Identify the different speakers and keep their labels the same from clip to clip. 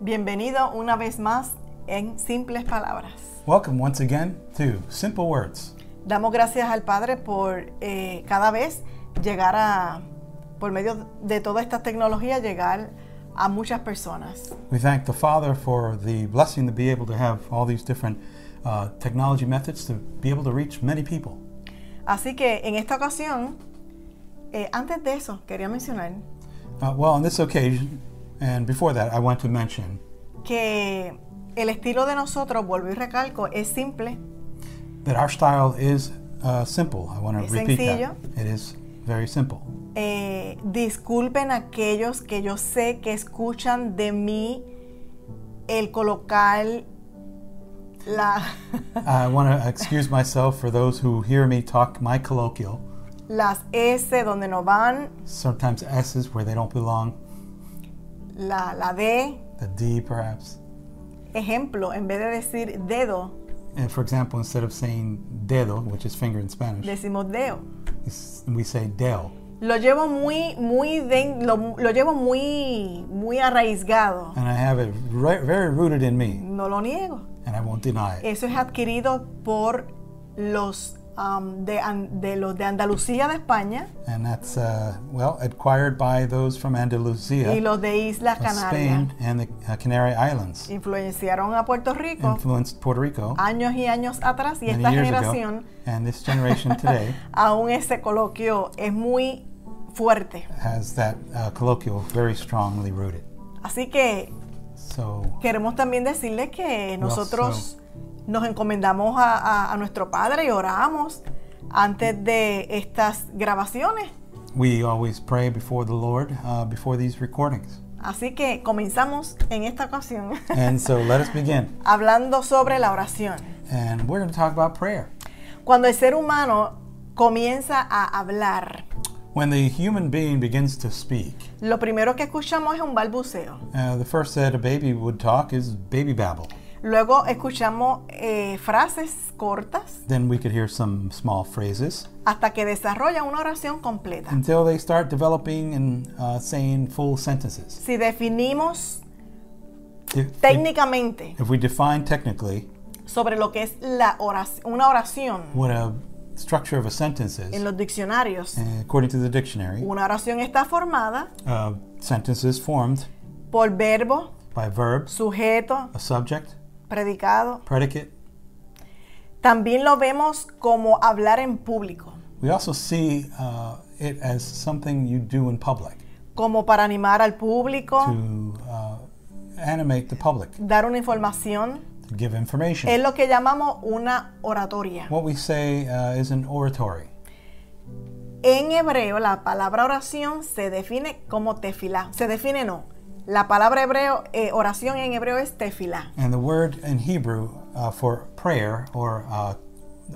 Speaker 1: Bienvenido una vez más en Simples Palabras.
Speaker 2: Welcome once again to Simple Words.
Speaker 1: Damos gracias al Padre por eh, cada vez llegar a, por medio de toda esta tecnología, llegar a muchas personas.
Speaker 2: We thank the Father for the blessing to be able to have all these different uh, technology methods to be able to reach many people.
Speaker 1: Así que en esta ocasión, eh, antes de eso, quería mencionar
Speaker 2: Uh, well, on this occasion, and before that, I want to mention
Speaker 1: que el estilo de nosotros, vuelvo y recalco, es simple,
Speaker 2: that our style is uh, simple. I want
Speaker 1: Es
Speaker 2: to repeat that.
Speaker 1: sencillo.
Speaker 2: It is very simple.
Speaker 1: Eh, disculpen a aquellos que yo sé que escuchan de mí el colocar la-
Speaker 2: I want to excuse myself for those who hear me talk my colloquial,
Speaker 1: las S donde no van,
Speaker 2: sometimes S's where they don't belong,
Speaker 1: la, la D.
Speaker 2: the D perhaps.
Speaker 1: Ejemplo, en vez de decir dedo,
Speaker 2: And for example, instead of saying dedo, which is finger in Spanish,
Speaker 1: decimos deo.
Speaker 2: It's- we say del.
Speaker 1: Lo llevo muy, muy, den- lo, lo llevo muy, muy arraigado.
Speaker 2: And I have it re- very rooted in me,
Speaker 1: No lo niego.
Speaker 2: and I won't deny it.
Speaker 1: Eso es adquirido por los um, de, An- de los de Andalucía de España.
Speaker 2: And that's, uh, well, acquired by those from
Speaker 1: y
Speaker 2: Andalusia,
Speaker 1: los de Islas
Speaker 2: of
Speaker 1: Canarias
Speaker 2: Spain, and the uh, Canary Islands.
Speaker 1: influenciaron a Puerto Rico
Speaker 2: Influenced Puerto Rico
Speaker 1: años y años atrás Ah, y esta
Speaker 2: many years
Speaker 1: generación
Speaker 2: ago. And this generation today
Speaker 1: aún ese coloquio es muy fuerte.
Speaker 2: has that uh, colloquial very strongly rooted.
Speaker 1: Así que
Speaker 2: So
Speaker 1: queremos también decirles que nosotros nos encomendamos a, a- a nuestro Padre y oramos antes de estas grabaciones.
Speaker 2: we always pray before the Lord uh, before these recordings.
Speaker 1: Así que comenzamos en esta ocasión
Speaker 2: And so let us begin.
Speaker 1: hablando sobre la oración.
Speaker 2: And we're going to talk about prayer.
Speaker 1: Cuando el ser humano comienza a hablar,
Speaker 2: When the human being begins to speak,
Speaker 1: Lo primero que escuchamos es un balbuceo.
Speaker 2: uh, the first that a baby would talk is baby babble.
Speaker 1: Luego escuchamos eh, frases cortas
Speaker 2: Then we could hear some small phrases
Speaker 1: hasta que desarrolla una oración completa.
Speaker 2: until they start developing and uh, saying full sentences.
Speaker 1: Si definimos
Speaker 2: If,
Speaker 1: técnicamente
Speaker 2: if we define technically
Speaker 1: sobre lo que es la oración, una oración
Speaker 2: what a structure of a sentence is,
Speaker 1: en los diccionarios,
Speaker 2: uh, according to the dictionary,
Speaker 1: una oración está formada
Speaker 2: uh, sentences formed
Speaker 1: por verbo,
Speaker 2: by verbs,
Speaker 1: sujeto,
Speaker 2: a subject,
Speaker 1: predicado.
Speaker 2: predicate.
Speaker 1: También lo vemos como hablar en público,
Speaker 2: We also see uh, it as something you do in public
Speaker 1: como para animar al público,
Speaker 2: to uh, animate the public,
Speaker 1: dar una información.
Speaker 2: to give information.
Speaker 1: Es lo que llamamos una oratoria.
Speaker 2: What we say uh, is an oratory.
Speaker 1: En hebreo, la palabra oración se define como tefilá. Se define no. La palabra hebreo, eh, oración en hebreo es tefilá.
Speaker 2: And the word in Hebrew uh, for prayer or uh,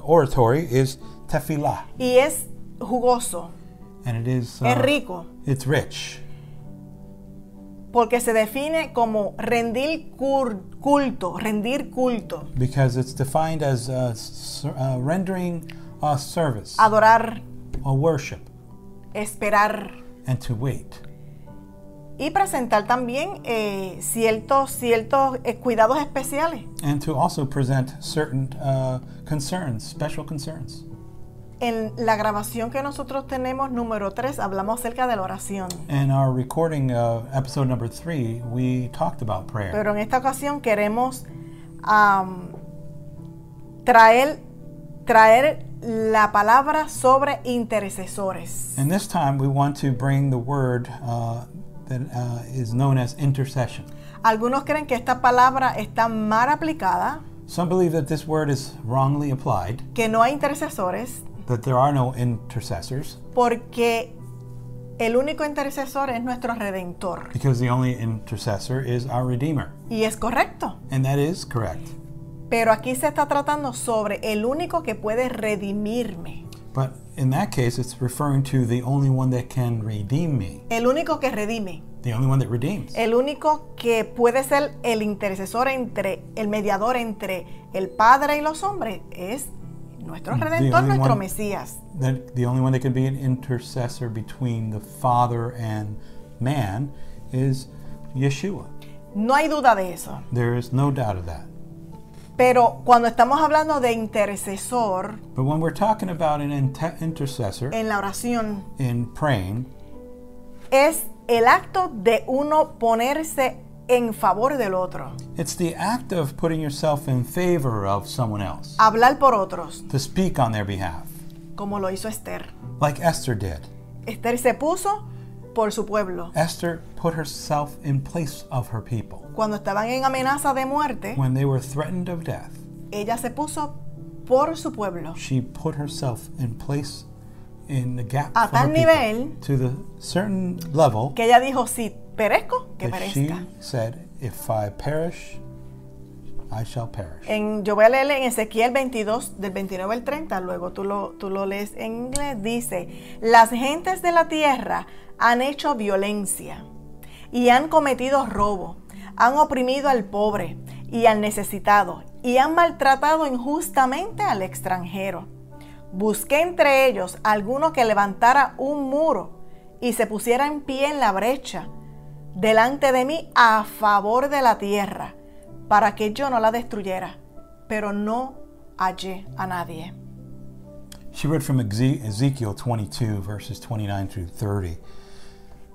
Speaker 2: oratory is tefillah.
Speaker 1: Y es jugoso,
Speaker 2: And it is,
Speaker 1: es
Speaker 2: uh,
Speaker 1: rico,
Speaker 2: it's rich.
Speaker 1: porque se define como rendir cur- culto, rendir culto,
Speaker 2: because it's defined as uh, s- uh, rendering uh, service
Speaker 1: adorar,
Speaker 2: or worship
Speaker 1: esperar.
Speaker 2: and to wait
Speaker 1: Y presentar también eh, ciertos, ciertos eh, cuidados especiales.
Speaker 2: and to also present certain uh, concerns special concerns
Speaker 1: En la grabación que nosotros tenemos, número 3, hablamos acerca de la oración.
Speaker 2: in our recording uh, episode number three we talked about prayer
Speaker 1: Pero en esta ocasión queremos am, traer, traer la palabra sobre intercesores.
Speaker 2: and this time we want to bring the word uh, that uh, is known as intercession
Speaker 1: Algunos creen que esta palabra está mal aplicada,
Speaker 2: some believe that this word is wrongly applied
Speaker 1: que no hay intercesores,
Speaker 2: that there are no intercessors
Speaker 1: porque el único intercesor es nuestro redentor.
Speaker 2: because the only intercessor is our redeemer
Speaker 1: Y es correcto.
Speaker 2: and that is correct
Speaker 1: Pero aquí se está tratando sobre el único que puede redimirme.
Speaker 2: But in that case, it's referring to the only one that can redeem me,
Speaker 1: El único que redime.
Speaker 2: the only one that redeems.
Speaker 1: El único que puede ser el intercesor entre, el mediador entre el Padre y los hombres es nuestro Redentor,
Speaker 2: only
Speaker 1: nuestro
Speaker 2: one-
Speaker 1: Mesías.
Speaker 2: That the only one that can be an intercessor between the Father and man is Yeshua.
Speaker 1: No hay duda de eso.
Speaker 2: There is no doubt of that.
Speaker 1: Pero cuando estamos hablando de intercesor
Speaker 2: But when we're talking about an inte- intercessor
Speaker 1: en la oración,
Speaker 2: in praying,
Speaker 1: es el acto de uno ponerse en favor del otro,
Speaker 2: it's the act of putting yourself in favor of someone else
Speaker 1: hablar por otros,
Speaker 2: to speak on their behalf,
Speaker 1: como lo hizo Esther.
Speaker 2: like Esther did.
Speaker 1: Esther se puso por su pueblo.
Speaker 2: Esther put herself in place of her people.
Speaker 1: Cuando estaban en amenaza de muerte,
Speaker 2: When they were threatened of death,
Speaker 1: ella se puso por su pueblo.
Speaker 2: she put herself in place in the gap
Speaker 1: A
Speaker 2: for her
Speaker 1: tal
Speaker 2: people,
Speaker 1: nivel-
Speaker 2: to the certain level
Speaker 1: Que ella dijo, si perezco, que
Speaker 2: that she
Speaker 1: perezca.
Speaker 2: said, "If I perish, I shall perish."
Speaker 1: En, yo voy a leerle en Ezequiel 22, del 29 al 30, luego tú lo, tú lo lees en inglés. Dice, las gentes de la tierra han hecho violencia y han cometido robo, han oprimido al pobre y al necesitado y han maltratado injustamente al extranjero. Busqué entre ellos alguno que levantara un muro y se pusiera en pie en la brecha delante de mí a favor de la tierra, para que yo no la destruyera. Pero no hallé a nadie.
Speaker 2: She read from Eze- Ezekiel 22, verses 29 through 30.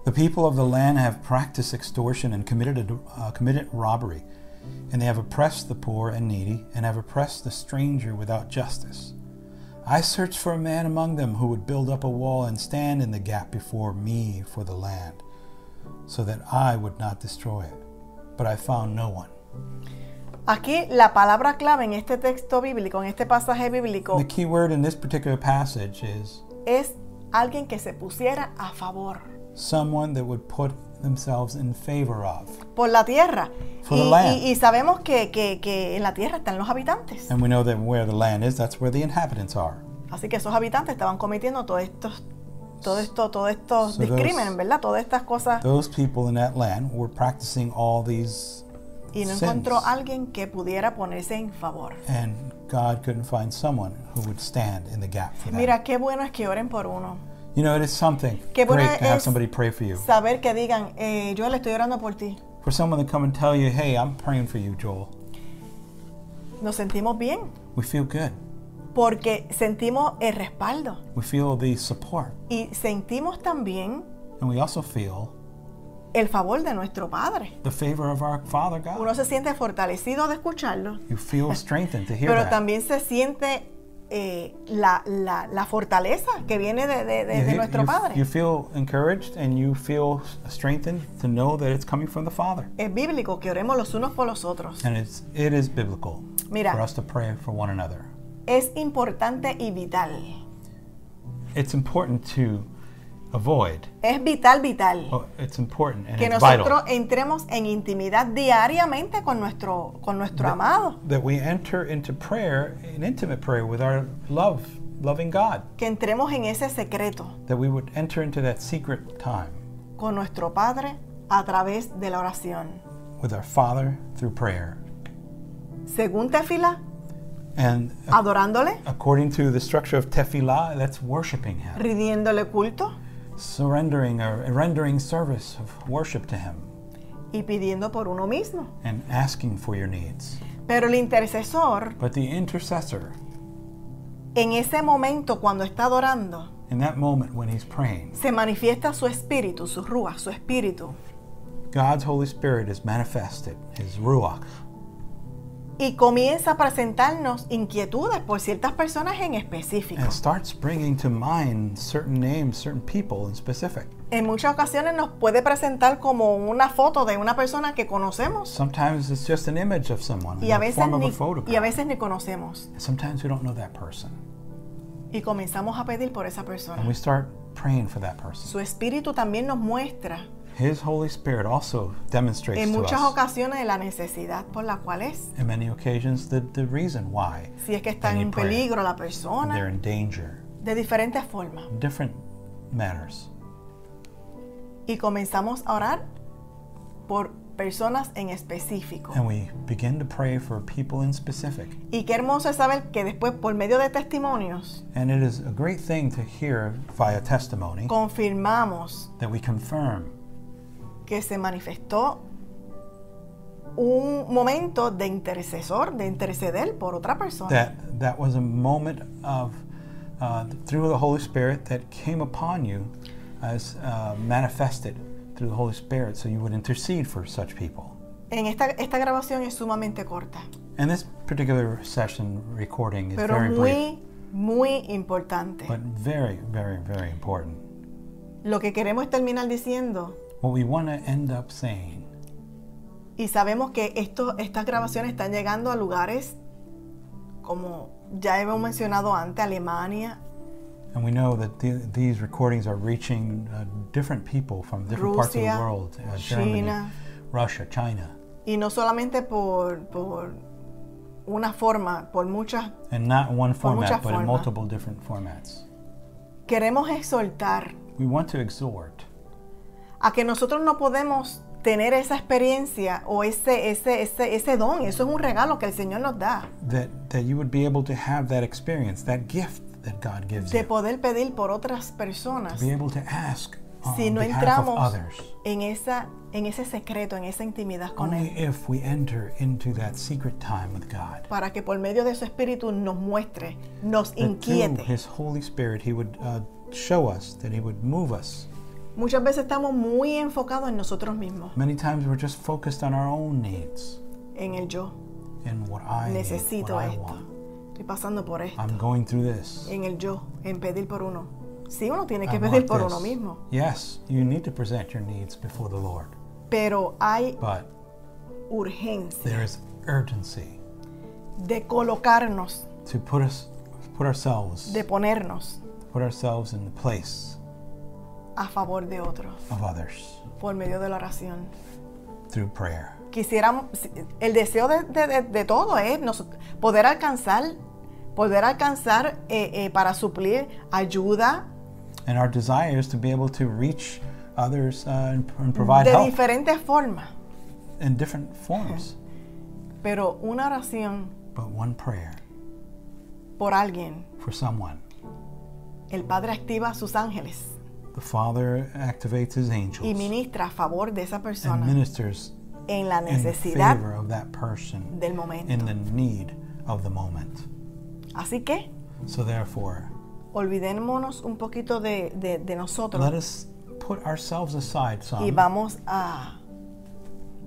Speaker 2: The people of the land have practiced extortion and committed, ad- uh, committed robbery, and they have oppressed the poor and needy, and have oppressed the stranger without justice. I searched for a man among them who would build up a wall and stand in the gap before me for the land, so that I would not destroy it. But I found no one.
Speaker 1: Aquí la palabra clave en este texto bíblico, en este pasaje bíblico,
Speaker 2: The key word in this particular passage is
Speaker 1: es alguien que se pusiera a favor
Speaker 2: someone that would put themselves in favor of.
Speaker 1: por la tierra.
Speaker 2: For the
Speaker 1: Y,
Speaker 2: land.
Speaker 1: y- y sabemos que, que- que en la tierra están los habitantes.
Speaker 2: And we know that where the land is, that's where the inhabitants are.
Speaker 1: Así que esos habitantes estaban cometiendo todos estos, todo esto, todos estos
Speaker 2: So those-
Speaker 1: discrímenes, ¿verdad? Todas estas cosas.
Speaker 2: Those people in that land were practicing all these,
Speaker 1: Y no
Speaker 2: sins.
Speaker 1: encontró alguien que pudiera ponerse en favor.
Speaker 2: and God couldn't find someone who would stand in the gap for them.
Speaker 1: Mira, qué bueno es que oren por uno.
Speaker 2: you know, it is something
Speaker 1: Qué bueno
Speaker 2: great to have
Speaker 1: es-
Speaker 2: somebody pray for you.
Speaker 1: Saber que digan, eh, yo le estoy orando por ti.
Speaker 2: For someone to come and tell you, hey, I'm praying for you, Joel.
Speaker 1: Nos sentimos bien
Speaker 2: We feel good.
Speaker 1: porque sentimos el respaldo
Speaker 2: We feel the support.
Speaker 1: y sentimos también
Speaker 2: And we also feel
Speaker 1: el favor de nuestro Padre.
Speaker 2: the favor of our Father God.
Speaker 1: Uno se siente fortalecido de escucharlo,
Speaker 2: You feel strengthened to hear
Speaker 1: pero
Speaker 2: that.
Speaker 1: también se siente eh, la, la- la fortaleza que viene de, de- de- de
Speaker 2: you, hear-
Speaker 1: nuestro
Speaker 2: you- you
Speaker 1: Padre.
Speaker 2: feel encouraged and you feel strengthened to know that it's coming from the Father.
Speaker 1: Es bíblico que oremos los unos por los otros.
Speaker 2: And it's it is biblical
Speaker 1: Mira.
Speaker 2: for us to pray for one another.
Speaker 1: Es importante y vital.
Speaker 2: It's important to avoid.
Speaker 1: Es vital, vital.
Speaker 2: Oh, it's important and
Speaker 1: que
Speaker 2: it's
Speaker 1: nosotros
Speaker 2: vital
Speaker 1: entremos en intimidad diariamente con nuestro, con nuestro amado,
Speaker 2: that we enter into prayer, an intimate prayer with our love, loving God.
Speaker 1: que entremos en ese secreto
Speaker 2: That we would enter into that secret time
Speaker 1: con nuestro Padre a través de la oración.
Speaker 2: with our Father through prayer.
Speaker 1: Según Tefila,
Speaker 2: And a-
Speaker 1: adorándole,
Speaker 2: according to the structure of tefillah, that's worshiping Him,
Speaker 1: rindiéndole culto
Speaker 2: surrendering or rendering service of worship to Him,
Speaker 1: y pidiendo por uno mismo.
Speaker 2: and asking for your needs.
Speaker 1: Pero el intercesor,
Speaker 2: But the intercessor,
Speaker 1: en ese momento cuando está adorando,
Speaker 2: in that moment when he's praying,
Speaker 1: se manifiesta su espíritu, su rúa, su espíritu,
Speaker 2: God's Holy Spirit is manifested, His Ruach,
Speaker 1: y comienza a presentarnos inquietudes por ciertas personas en específico.
Speaker 2: and starts bringing to mind certain names, certain people in specific.
Speaker 1: En muchas ocasiones nos puede presentar como una foto de una persona que conocemos
Speaker 2: Sometimes it's just an image of someone,
Speaker 1: y
Speaker 2: in
Speaker 1: a,
Speaker 2: the
Speaker 1: veces
Speaker 2: form of a
Speaker 1: ni,
Speaker 2: photograph.
Speaker 1: y a veces ni conocemos.
Speaker 2: Sometimes we don't know that person,
Speaker 1: Y comenzamos a pedir por esa
Speaker 2: and
Speaker 1: persona.
Speaker 2: we start praying for that person.
Speaker 1: Su espíritu también nos muestra
Speaker 2: His Holy Spirit also demonstrates
Speaker 1: en
Speaker 2: to
Speaker 1: muchas
Speaker 2: us,
Speaker 1: ocasiones la necesidad por la cual es.
Speaker 2: in many occasions, the, the reason why
Speaker 1: Si es que está
Speaker 2: They need
Speaker 1: en
Speaker 2: prayer.
Speaker 1: peligro la
Speaker 2: they're
Speaker 1: persona,
Speaker 2: in danger,
Speaker 1: de diferentes formas.
Speaker 2: different matters.
Speaker 1: Y comenzamos a orar por personas en específico.
Speaker 2: And we begin to pray for people in specific.
Speaker 1: Y qué hermoso es saber que después, por medio de testimonios,
Speaker 2: And it is a great thing to hear via testimony
Speaker 1: confirmamos
Speaker 2: that we confirm
Speaker 1: que se manifestó un momento de intercesor, de interceder por otra persona.
Speaker 2: That that was a moment of uh, through the Holy Spirit that came upon you, as uh, manifested through the Holy Spirit, so you would intercede for such people.
Speaker 1: En esta, esta grabación es sumamente corta,
Speaker 2: And this particular session recording is
Speaker 1: pero
Speaker 2: very brief,
Speaker 1: muy, muy importante.
Speaker 2: but very, very, very important.
Speaker 1: Lo que queremos es terminar diciendo,
Speaker 2: What we want to end up saying,
Speaker 1: y sabemos que esto, estas grabaciones están llegando a lugares como ya hemos mencionado antes, Alemania,
Speaker 2: and we know that the, these recordings are reaching uh, different people from different parts of the
Speaker 1: Rusia,
Speaker 2: world, uh, Germany,
Speaker 1: China.
Speaker 2: Russia, China,
Speaker 1: y no solamente por, por una forma, por muchas
Speaker 2: and not in one format,
Speaker 1: muchas
Speaker 2: but in
Speaker 1: formas.
Speaker 2: multiple different formats.
Speaker 1: queremos exhortar
Speaker 2: We want to exhort.
Speaker 1: a que nosotros no podemos tener esa experiencia o ese, ese, ese, ese don. Eso es un regalo que el Señor nos da,
Speaker 2: that that you would be able to have that experience, that gift that God gives
Speaker 1: de
Speaker 2: you,
Speaker 1: poder pedir por otras personas
Speaker 2: be able to ask on
Speaker 1: si no
Speaker 2: behalf of
Speaker 1: entramos
Speaker 2: others.
Speaker 1: en, esa, en ese secreto, en esa intimidad con
Speaker 2: Only
Speaker 1: Él,
Speaker 2: if we enter into that secret time with God,
Speaker 1: para que por medio de su Espíritu nos muestre, nos
Speaker 2: that through
Speaker 1: inquiete.
Speaker 2: His Holy Spirit, He would uh, show us, that He would move us.
Speaker 1: Muchas veces estamos muy enfocados en nosotros mismos,
Speaker 2: Many times we're just focused on our own needs
Speaker 1: en el yo.
Speaker 2: and what I need,
Speaker 1: Necesito
Speaker 2: what I
Speaker 1: esto.
Speaker 2: want.
Speaker 1: Estoy pasando por esto.
Speaker 2: I'm going through this.
Speaker 1: En el yo, en pedir por uno. Sí, uno tiene
Speaker 2: I
Speaker 1: que
Speaker 2: want
Speaker 1: pedir por
Speaker 2: this.
Speaker 1: uno mismo,
Speaker 2: Yes, you need to present your needs before the Lord,
Speaker 1: pero hay
Speaker 2: but
Speaker 1: urgencia.
Speaker 2: there is urgency
Speaker 1: de colocarnos,
Speaker 2: to put us, put ourselves
Speaker 1: de ponernos
Speaker 2: put ourselves in the place
Speaker 1: a favor de otros
Speaker 2: of others
Speaker 1: por medio de la oración.
Speaker 2: through prayer.
Speaker 1: Quisiéramos, el deseo de, de- de- de todo es nos- poder alcanzar, poder alcanzar eh, eh, para suplir ayuda
Speaker 2: And our desire is to be able to reach others uh, and, and provide
Speaker 1: de
Speaker 2: help
Speaker 1: diferentes formas,
Speaker 2: in different forms.
Speaker 1: pero una oración
Speaker 2: But one prayer
Speaker 1: por alguien,
Speaker 2: for someone.
Speaker 1: el Padre activa a sus ángeles
Speaker 2: The Father activates his
Speaker 1: y
Speaker 2: angels
Speaker 1: ministra a favor de esa
Speaker 2: and
Speaker 1: persona
Speaker 2: ministers
Speaker 1: en la
Speaker 2: in
Speaker 1: necesidad
Speaker 2: favor of that person
Speaker 1: del momento.
Speaker 2: in the need of the moment.
Speaker 1: Así que
Speaker 2: So therefore,
Speaker 1: olvidémonos un poquito de, de- de nosotros
Speaker 2: let us put ourselves aside some
Speaker 1: y vamos a,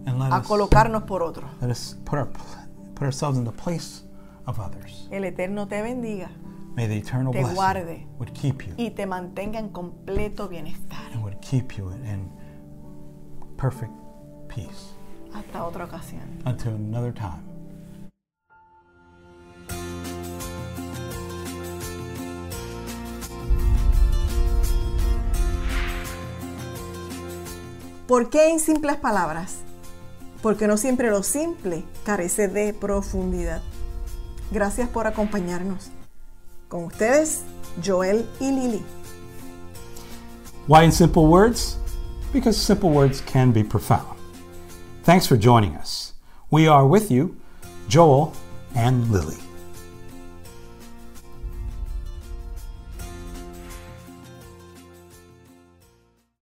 Speaker 2: and let
Speaker 1: a
Speaker 2: us,
Speaker 1: colocarnos por otro.
Speaker 2: let us put, our, put ourselves in the place of others.
Speaker 1: El Eterno te bendiga
Speaker 2: May the eternal
Speaker 1: Te
Speaker 2: blessing
Speaker 1: guarde.
Speaker 2: would keep you
Speaker 1: y te mantenga en completo bienestar.
Speaker 2: and would keep you in, in perfect peace
Speaker 1: Hasta otra ocasión.
Speaker 2: until another time.
Speaker 1: ¿Por qué en simples palabras? Porque no siempre lo simple carece de profundidad. Gracias por acompañarnos. Con ustedes, Joel y Lili.
Speaker 2: Why in simple words? Because simple words can be profound. Thanks for joining us. We are with you, Joel and Lily.